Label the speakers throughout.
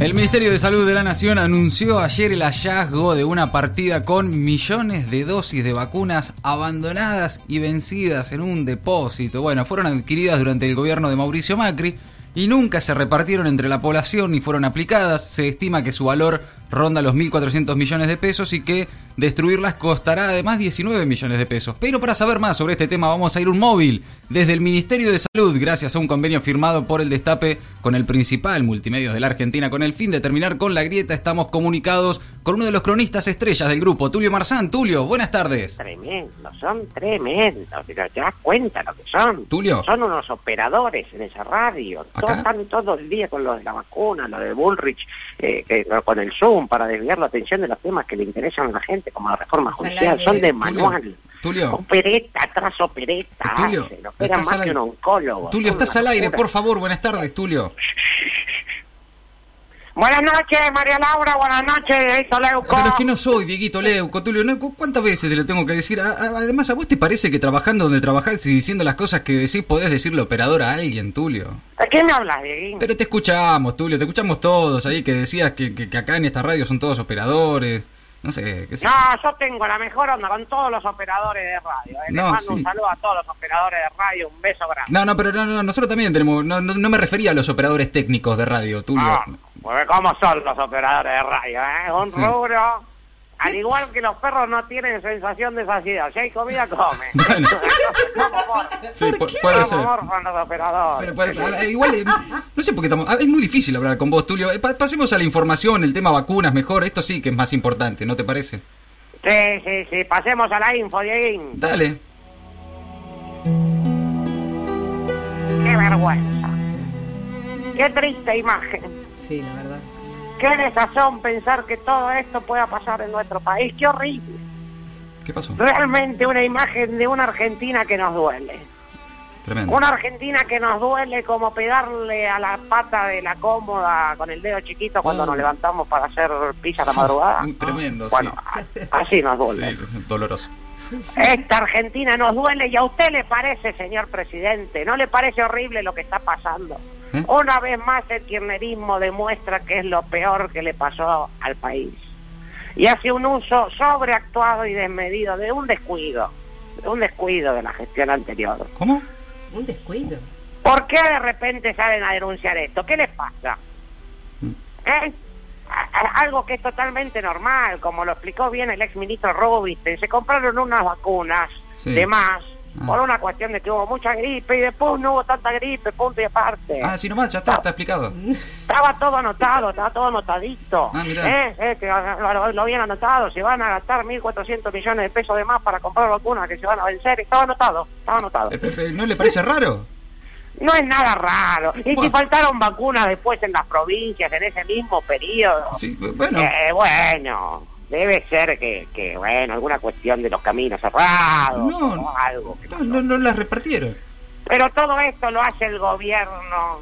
Speaker 1: El Ministerio de Salud de la Nación anunció ayer el hallazgo de una partida con millones de dosis de vacunas abandonadas y vencidas en un depósito. Bueno, fueron adquiridas durante el gobierno de Mauricio Macri y nunca se repartieron entre la población ni fueron aplicadas. Se estima que su valor ronda los 1.400 millones de pesos y que destruirlas costará además 19 millones de pesos. Pero para saber más sobre este tema vamos a ir un móvil desde el Ministerio de Salud, gracias a un convenio firmado por el Destape con el principal multimedios de la Argentina, con el fin de terminar con la grieta. Estamos comunicados con uno de los cronistas estrellas del grupo, Tulio Marzán. Tulio, buenas tardes.
Speaker 2: Tremendo, son tremendos, pero te das cuenta lo que son.
Speaker 1: Tulio.
Speaker 2: Son unos operadores en esa radio.
Speaker 1: ¿Acá?
Speaker 2: Todos, están todo el día con lo de la vacuna, lo de Bullrich, eh, que- con el Zoom, para desviar la atención de los temas que le interesan a la gente, como la reforma
Speaker 3: Ojalá
Speaker 2: judicial.
Speaker 3: que-
Speaker 2: Son de
Speaker 3: Tulio.
Speaker 2: manual.
Speaker 1: Tulio.
Speaker 2: Opereta tras opereta.
Speaker 1: Tulio,
Speaker 2: hacen, operan
Speaker 1: estás
Speaker 2: más
Speaker 1: al
Speaker 2: que un
Speaker 1: aire.
Speaker 2: oncólogo.
Speaker 1: Tulio,
Speaker 2: Son
Speaker 1: estás
Speaker 2: una
Speaker 1: al aire,
Speaker 2: locura.
Speaker 1: por favor. Buenas tardes, Tulio.
Speaker 2: Buenas noches, María Laura. Buenas noches, Edito Leuco.
Speaker 1: Pero es que no soy Dieguito Leuco, Tulio. no, ¿cu- ¿Cuántas veces te lo tengo que decir? A- a- Además, ¿a vos te parece que trabajando donde trabajás y diciendo las cosas que decís podés decirle operador a alguien, Tulio?
Speaker 2: ¿De qué me hablas, Dieguín?
Speaker 1: Pero te escuchamos, Tulio, te escuchamos todos ahí que decías que, que- que acá en esta radio son todos operadores. No sé, qué sé.
Speaker 2: No, yo tengo la mejor onda con todos los operadores de radio. eh. Les
Speaker 1: No,
Speaker 2: mando
Speaker 1: sí.
Speaker 2: un saludo a todos los operadores de radio. Un beso grande.
Speaker 1: No, no, pero no, no, nosotros también tenemos. No, no, no me refería a los operadores técnicos de radio, Tulio.
Speaker 2: Ah, porque cómo son los operadores de radio, ¿eh? Un
Speaker 1: Sí.
Speaker 2: rubro. Al igual que los perros no tienen sensación de saciedad. Si hay comida, come.
Speaker 1: Bueno.
Speaker 2: No morfan.
Speaker 1: Sí, pu- puede ser.
Speaker 2: No morfan los operadores.
Speaker 1: Pero, pero, a- a- igual, eh, no sé por qué estamos. a- Es muy difícil hablar con vos, Tulio. Eh, pa- pasemos a la información, el tema vacunas mejor. Esto sí que es más importante, ¿no te parece?
Speaker 2: Sí, sí, sí. Pasemos a la info, Dieguín.
Speaker 1: Dale.
Speaker 2: Qué vergüenza. Qué triste imagen.
Speaker 3: Sí, la verdad.
Speaker 2: Qué desazón pensar que todo esto pueda pasar en nuestro país. Qué horrible.
Speaker 1: ¿Qué pasó?
Speaker 2: Realmente una imagen de una Argentina que nos duele.
Speaker 1: Tremendo.
Speaker 2: Una Argentina que nos duele como pegarle a la pata de la cómoda con el dedo chiquito cuando
Speaker 1: Mm.
Speaker 2: nos levantamos para hacer pizza a la madrugada.
Speaker 1: Muy tremendo,
Speaker 2: Bueno, a- así nos
Speaker 1: sí.
Speaker 2: duele.
Speaker 1: Sí, doloroso.
Speaker 2: Esta Argentina nos duele y a usted le parece, señor presidente, ¿no le parece horrible lo que está pasando?
Speaker 1: ¿Eh?
Speaker 2: Una vez más el kirchnerismo demuestra que es lo peor que le pasó al país. Y hace un uso sobreactuado y desmedido de un descuido, de un descuido de la gestión anterior.
Speaker 1: ¿Cómo?
Speaker 3: Un descuido.
Speaker 2: ¿Por qué de repente salen a denunciar esto? ¿Qué les pasa?
Speaker 1: Mm.
Speaker 2: ¿Eh? A- a- Algo que es totalmente normal, como lo explicó bien el ex ministro Rubinstein, se compraron unas vacunas
Speaker 1: Sí.
Speaker 2: de más
Speaker 1: Ah.
Speaker 2: por una cuestión de que hubo mucha gripe y después no hubo tanta gripe, punto y aparte.
Speaker 1: Ah, sí, nomás, ya está, está explicado.
Speaker 2: Estaba todo anotado, estaba todo anotadito.
Speaker 1: Ah, mirá.
Speaker 2: ¿Eh? Eh, que lo, lo- lo habían anotado, se van a gastar 1.400 millones de pesos de más para comprar vacunas que se van a vencer, estaba anotado, estaba anotado.
Speaker 1: Eh, eh, eh, ¿No le parece raro?
Speaker 2: No es nada raro. Y si
Speaker 1: Bueno.
Speaker 2: faltaron vacunas después en las provincias, en ese mismo periodo.
Speaker 1: Sí, eh, bueno.
Speaker 2: Eh, bueno, debe ser que, que, bueno, alguna cuestión de los caminos cerrados
Speaker 1: No,
Speaker 2: o algo. que
Speaker 1: No,
Speaker 2: pasó.
Speaker 1: no, no las repartieron.
Speaker 2: Pero todo esto lo hace el gobierno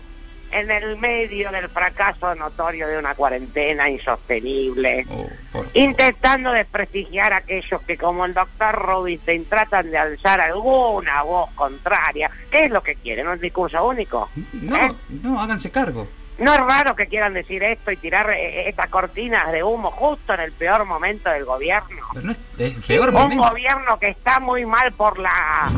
Speaker 2: en el medio del fracaso notorio de una cuarentena insostenible.
Speaker 1: Oh, por-
Speaker 2: Intentando desprestigiar a aquellos que como el doctor Rubinstein tratan de alzar alguna voz contraria. ¿Qué es lo que quieren? ¿Un discurso único? ¿Eh?
Speaker 1: No, no, háganse cargo.
Speaker 2: No es raro que quieran decir esto y tirar eh, estas cortinas de humo justo en el peor momento del gobierno.
Speaker 1: Pero no es, es peor
Speaker 2: Un
Speaker 1: momento.
Speaker 2: gobierno que está muy mal por la...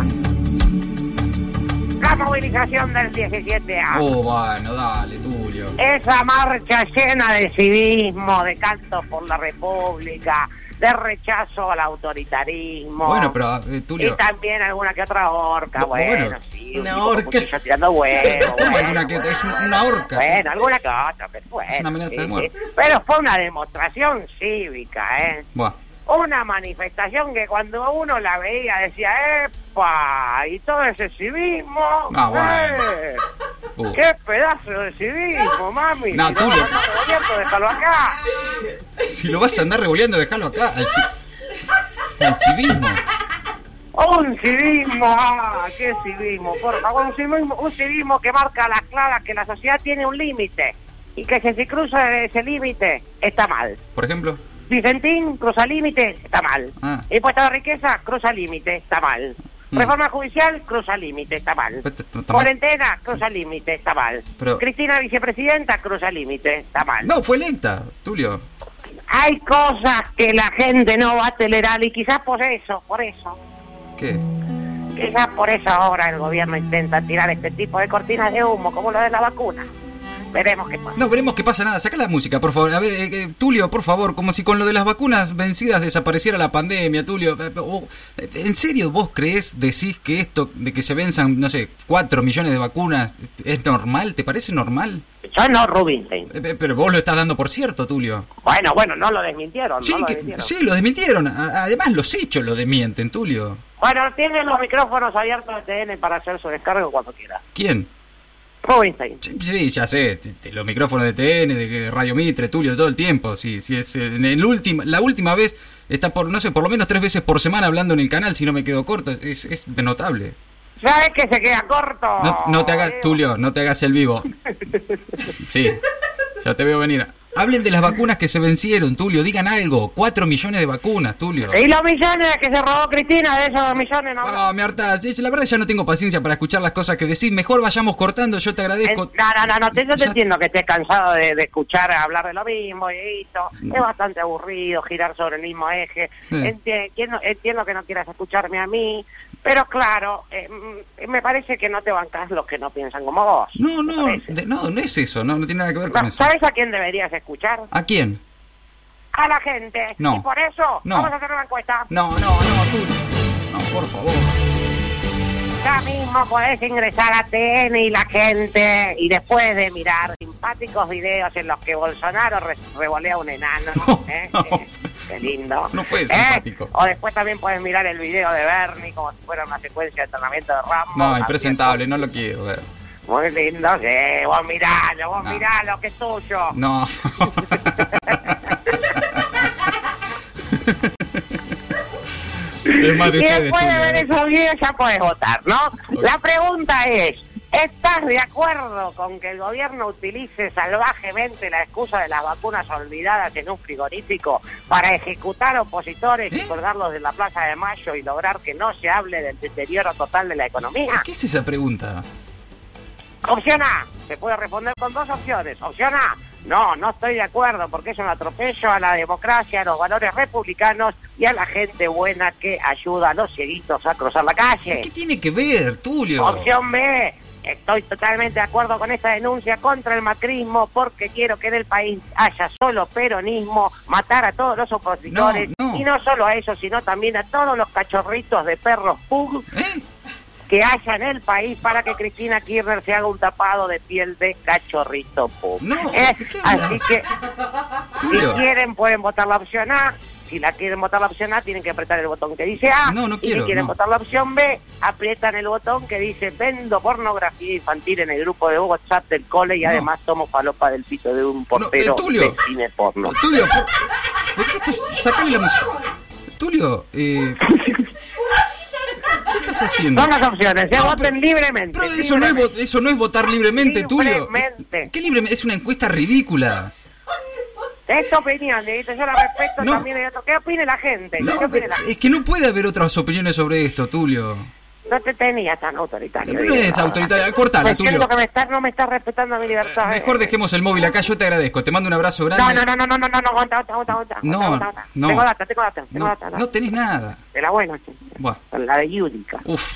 Speaker 2: La movilización del 17A.
Speaker 1: Oh, bueno, dale, Tulio.
Speaker 2: Eh, Esa marcha llena de civismo, de cantos por la República, de rechazo al autoritarismo.
Speaker 1: Bueno, pero, eh,
Speaker 2: Y
Speaker 1: Tulio.
Speaker 2: también alguna que otra horca,
Speaker 1: Bu-
Speaker 2: bueno,
Speaker 1: bueno.
Speaker 2: sí. un
Speaker 3: Una
Speaker 2: tipo con
Speaker 3: horca.
Speaker 2: cuchillo tirando huevo,
Speaker 1: ¿Cómo
Speaker 2: bueno,
Speaker 1: alguna que-
Speaker 2: bueno,
Speaker 1: es una horca?
Speaker 2: Bueno, alguna que otra, pero bueno.
Speaker 1: Es una amenaza de muerte.
Speaker 2: Pero fue una demostración cívica, ¿eh?
Speaker 1: Buah.
Speaker 2: Una manifestación que cuando uno la veía decía, ¡epa! Y todo ese civismo.
Speaker 1: Ah, bueno.
Speaker 2: ¡eh!
Speaker 1: Uh.
Speaker 2: ¡Qué pedazo de civismo, mami!
Speaker 1: No,
Speaker 2: Si
Speaker 1: Tulio.
Speaker 2: vas a andar revolviendo, déjalo acá.
Speaker 1: Si lo vas a andar revoleando, dejalo acá. Al, ci- al civismo.
Speaker 2: Un civismo, ah, qué civismo, por favor, un civismo, un civismo que marca las claras que la sociedad tiene un límite y que si se cruza ese límite está mal.
Speaker 1: Por ejemplo.
Speaker 2: Vicentín cruza límite, está mal.
Speaker 1: Ah. Mm.
Speaker 2: Impuesto a la riqueza cruza límite, está mal. Reforma judicial cruza límite, está mal.
Speaker 1: Pero está- está mal.
Speaker 2: Cuarentena cruza límite, está mal.
Speaker 1: Pero-
Speaker 2: Cristina vicepresidenta cruza límite, está mal.
Speaker 1: No, fue electa, Tulio.
Speaker 2: Hay cosas que la gente no va a tolerar y quizás por eso, por eso,
Speaker 1: ¿Qué?
Speaker 2: quizás por eso ahora el gobierno intenta tirar este tipo de cortinas de humo como lo de la vacuna. Veremos qué pasa.
Speaker 1: No, veremos qué pasa nada. Saca la música, por favor. A ver, eh, eh, Tulio, por favor, como si con lo de las vacunas vencidas desapareciera la pandemia, Tulio. Eh, oh, eh, ¿En serio vos crees, decís que esto de que se venzan, no sé, 4 millones de vacunas es normal? ¿Te parece normal?
Speaker 2: Yo no, Rubinstein.
Speaker 1: Eh, eh, Pero vos lo estás dando por cierto, Tulio.
Speaker 2: Bueno, bueno, no lo desmintieron.
Speaker 1: Sí,
Speaker 2: no lo
Speaker 1: que-
Speaker 2: desmintieron.
Speaker 1: sí, lo desmintieron. A- Además, los hechos lo desmienten, Tulio.
Speaker 2: Bueno, tiene los micrófonos abiertos de TN para hacer su descargo cuando quiera.
Speaker 1: ¿Quién?
Speaker 2: Rubinstein.
Speaker 1: Sí, sí, ya sé, t- t- los micrófonos de TN, de que Radio Mitre, Tulio, todo el tiempo. Sí, sí, es eh, en el último, la última vez está por, no sé, por lo menos tres veces por semana hablando en el canal, si no me quedo corto. Es, es notable.
Speaker 2: ¿Sabes que se queda corto?
Speaker 1: No, no te hagas,
Speaker 2: Digo,
Speaker 1: Tulio, no te hagas el vivo. Sí, ya te veo venir. Hablen de las vacunas que se vencieron, Tulio, digan algo. Cuatro millones de vacunas, Tulio.
Speaker 2: Y los millones que se robó Cristina, de esos millones Eh, no.
Speaker 1: Ah, me harta. La verdad ya no tengo paciencia para escuchar las cosas que decís. Mejor vayamos cortando, yo te
Speaker 2: Eh,
Speaker 1: agradezco.
Speaker 2: No, no, no, no, te- yo te
Speaker 1: Ya-
Speaker 2: entiendo que estés cansado de, de escuchar hablar de lo mismo, Dieguito. Es bastante aburrido girar sobre el mismo eje. Enti- Entiendo, entiendo que no quieras escucharme a mí, pero claro, eh, mm, me parece que no te bancas los que no piensan como vos.
Speaker 1: No,
Speaker 2: me
Speaker 1: no,
Speaker 2: parece.
Speaker 1: de- no, no es eso, no, no tiene nada que ver con
Speaker 2: No,
Speaker 1: eso.
Speaker 2: ¿Sabes a quién deberías escuchar?
Speaker 1: ¿A quién?
Speaker 2: A la gente.
Speaker 1: No.
Speaker 2: Y por eso
Speaker 1: No.
Speaker 2: vamos a hacer una encuesta.
Speaker 1: No, no, no, tú. No, por favor.
Speaker 2: Ya mismo podés ingresar a TN y la gente, y después de mirar simpáticos videos en los que Bolsonaro re- revolea a un enano,
Speaker 1: No,
Speaker 2: ¿eh?
Speaker 1: no.
Speaker 2: Eh, qué lindo.
Speaker 1: No fue
Speaker 2: ¿Eh?
Speaker 1: simpático.
Speaker 2: O después también podés mirar el video de Bernie como si fuera una secuencia de entrenamiento de Rambo.
Speaker 1: No,
Speaker 2: Así
Speaker 1: impresentable, no lo quiero ver.
Speaker 2: es. Muy lindo, sí, vos miralo, vos
Speaker 1: No.
Speaker 2: miralo, que es tuyo.
Speaker 1: No. es más de
Speaker 2: Y
Speaker 1: ustedes,
Speaker 2: después de ver
Speaker 1: Tulio.
Speaker 2: esos videos ya podés votar, ¿no? La pregunta es, ¿estás de acuerdo con que el gobierno utilice salvajemente la excusa de las vacunas olvidadas en un frigorífico para ejecutar opositores y
Speaker 1: ¿Eh?
Speaker 2: colgarlos de la Plaza de Mayo y lograr que no se hable del deterioro total de la economía?
Speaker 1: ¿Qué es esa pregunta?
Speaker 2: Opción A, se puede responder con dos opciones. Opción A, no, no estoy de acuerdo porque es un atropello a la democracia, a los valores republicanos y a la gente buena que ayuda a los cieguitos a cruzar la
Speaker 1: ¿Qué
Speaker 2: calle.
Speaker 1: tiene que ver, Tulio?
Speaker 2: Opción B, estoy totalmente de acuerdo con esta denuncia contra el macrismo porque quiero que en el país haya solo peronismo, matar a todos los opositores
Speaker 1: No, no.
Speaker 2: y no solo a ellos, sino también a todos los cachorritos de perros pug
Speaker 1: ¿Eh?
Speaker 2: que haya en el país para que Cristina Kirchner se haga un tapado de piel de cachorrito pum.
Speaker 1: No,
Speaker 2: Eh,
Speaker 1: ¿qué hablas?
Speaker 2: así que si
Speaker 1: Tulio.
Speaker 2: quieren pueden votar la opción A. Si la quieren votar la opción A, tienen que apretar el botón que dice A.
Speaker 1: No, no
Speaker 2: Y
Speaker 1: quiero,
Speaker 2: si quieren
Speaker 1: no.
Speaker 2: votar la opción B, aprietan el botón que dice vendo pornografía infantil en el grupo de WhatsApp del cole y
Speaker 1: No. eh,
Speaker 2: además tomo palopa del pito de un portero
Speaker 1: Tulio.
Speaker 2: de cine porno.
Speaker 1: Tulio, por... ¿de qué estás- Sacale la música. Tulio, eh... ¿qué estás haciendo?
Speaker 2: Son las opciones, ya
Speaker 1: No,
Speaker 2: voten
Speaker 1: pero-
Speaker 2: libremente.
Speaker 1: Pero eso no, es,
Speaker 2: libremente.
Speaker 1: vo- eso no es votar libremente, Tulio.
Speaker 2: Libremente.
Speaker 1: ¿Qué libremente? Es una encuesta ridícula.
Speaker 2: Esta opinión, Dieguito, yo la respeto
Speaker 1: No.
Speaker 2: también. Dieguito. ¿Qué opine la gente?
Speaker 1: No, eh,
Speaker 2: ¿Qué opine la
Speaker 1: es que no puede haber otras opiniones sobre esto, Tulio.
Speaker 2: No te tenía tan autoritario.
Speaker 1: No
Speaker 2: Diego,
Speaker 1: es
Speaker 2: la
Speaker 1: autoritario,
Speaker 2: verdad.
Speaker 1: cortala,
Speaker 2: Me siento
Speaker 1: Tulio.
Speaker 2: que me estás, no me estás respetando mi libertad.
Speaker 1: Mejor
Speaker 2: eh.
Speaker 1: dejemos el móvil acá, yo te agradezco. Te mando un abrazo grande.
Speaker 2: No, no, no, no, no, no, no, aguanta, aguanta, aguanta, aguanta.
Speaker 1: No,
Speaker 2: aguanta, aguanta.
Speaker 1: no.
Speaker 2: Tengo data, tengo data, tengo
Speaker 1: No,
Speaker 2: data.
Speaker 1: no tenés nada.
Speaker 2: De la buena, sí.
Speaker 1: Buah,
Speaker 2: la de Yudica.
Speaker 1: uf.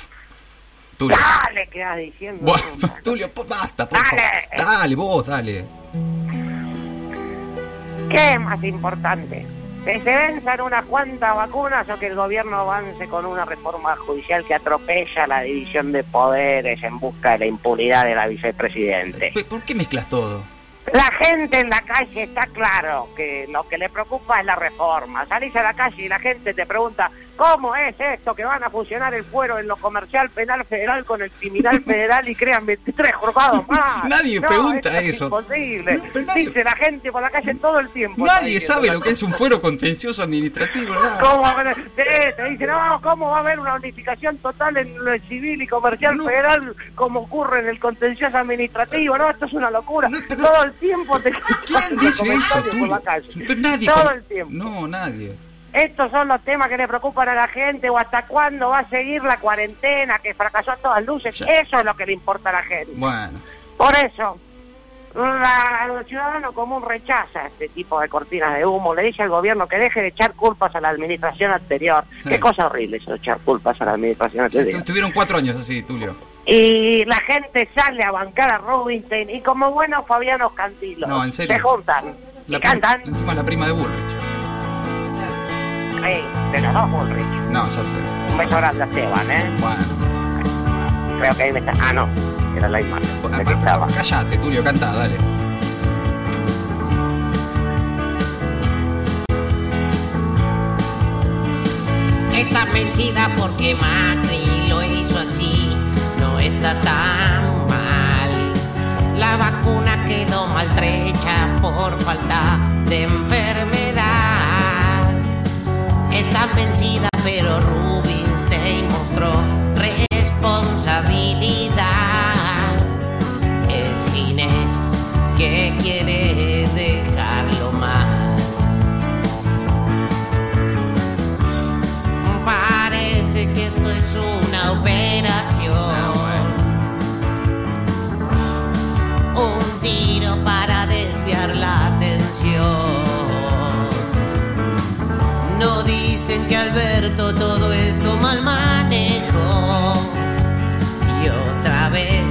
Speaker 1: Tulio.
Speaker 2: Dale, quedas diciendo.
Speaker 1: Buah,
Speaker 2: Ah, no, no.
Speaker 1: Tulio, po- basta, por
Speaker 2: Dale.
Speaker 1: favor. Dale, vos, dale.
Speaker 2: ¿Qué es más importante? ¿Que se venzan unas cuantas vacunas o que el gobierno avance con una reforma judicial que atropella la división de poderes en busca de la impunidad de la vicepresidente?
Speaker 1: Pe- ¿Por qué mezclas todo?
Speaker 2: La gente en la calle está claro que lo que le preocupa es la reforma. Salís a la calle y la gente te pregunta, ¿cómo es esto que van a fusionar el fuero en lo comercial penal federal con el criminal federal y crean 23 juzgados más?
Speaker 1: Nadie
Speaker 2: No,
Speaker 1: pregunta
Speaker 2: esto es
Speaker 1: eso.
Speaker 2: imposible.
Speaker 1: No, pero nadie-
Speaker 2: Dice la gente por la calle todo el tiempo.
Speaker 1: Nadie sabe lo que es un fuero contencioso administrativo, nada.
Speaker 2: ¿Cómo va a haber- te, te dicen, no, ¿cómo va a haber una unificación total en lo civil y comercial
Speaker 1: No.
Speaker 2: federal como ocurre en el contencioso administrativo? No, esto es una locura.
Speaker 1: No, pero-
Speaker 2: Todo el tiempo te
Speaker 1: ¿Quién dice eso,
Speaker 2: comentarios por
Speaker 1: Tulio?
Speaker 2: la calle.
Speaker 1: Pero nadie.
Speaker 2: Todo
Speaker 1: con-
Speaker 2: el tiempo.
Speaker 1: No, nadie.
Speaker 2: Estos son los temas que le preocupan a la gente o hasta cuándo va a seguir la cuarentena que fracasó a todas luces.
Speaker 1: Sí.
Speaker 2: Eso es lo que le importa a la gente.
Speaker 1: Bueno,
Speaker 2: Por eso, la- el ciudadano común rechaza este tipo de cortinas de humo, le dice al gobierno que deje de echar culpas a la administración anterior.
Speaker 1: Sí.
Speaker 2: Qué cosa horrible eso, de echar culpas a la administración
Speaker 1: sí,
Speaker 2: anterior.
Speaker 1: tu- tuvieron cuatro años así, Tulio.
Speaker 2: Y la gente sale a bancar a Rubinstein y como buenos Fabianos Cantilos
Speaker 1: No, en serio.
Speaker 2: se juntan
Speaker 1: La
Speaker 2: y
Speaker 1: pri-
Speaker 2: cantan
Speaker 1: Encima la prima de Bullrich.
Speaker 2: eh, de los dos Bullrich.
Speaker 1: No, ya sé.
Speaker 2: Un beso grande a Esteban, ¿eh?
Speaker 1: Bueno,
Speaker 2: Creo que ahí me está... Ah, no, era la imagen.
Speaker 1: Bueno,
Speaker 2: de que
Speaker 1: pero-
Speaker 2: estaba.
Speaker 1: cállate, Tulio, canta, dale.
Speaker 3: Está vencida porque Macri lo hizo así, no está tan mal. La vacuna quedó maltrecha por falta de enfermedad. Está vencida pero Rubinstein mostró responsabilidad. Es Ginés que quiere dejarlo mal. Parece que esto es una Ah, operación. Un tiro para desviar la atención. No dicen que Alberto todo esto mal manejó. Y otra vez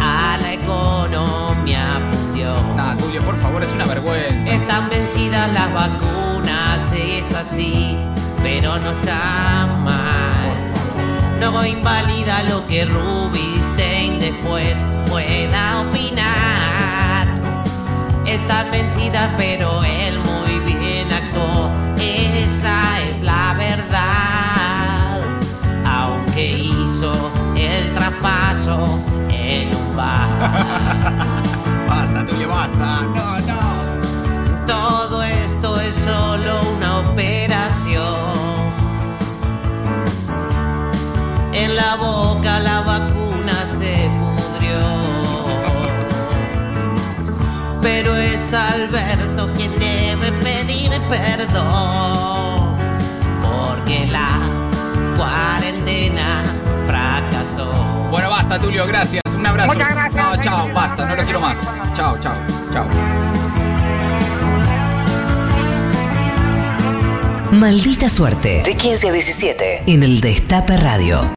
Speaker 3: a la economía fundió.
Speaker 1: Nah, Tulio, por favor, es una vergüenza.
Speaker 3: Están vencidas las vacunas, es así, pero no está mal. No invalida lo que Rubinstein después pueda opinar. Están vencidas, pero él muy bien actuó. Esa es la verdad. Aunque hizo el traspaso en un bar.
Speaker 1: Basta, Tulio, basta. No, no.
Speaker 3: Todo esto es solo una operación. En la boca la vacuna se pudrió. Pero es Alberto quien debe pedir perdón. Porque la cuarentena fracasó.
Speaker 1: Bueno, basta, Tulio, gracias. Un abrazo.
Speaker 2: Muchas gracias.
Speaker 1: No, chao, basta, no lo quiero más. Chao, chao, chao.
Speaker 4: Maldita suerte.
Speaker 5: De 15 a 17.
Speaker 4: En el Destape Radio.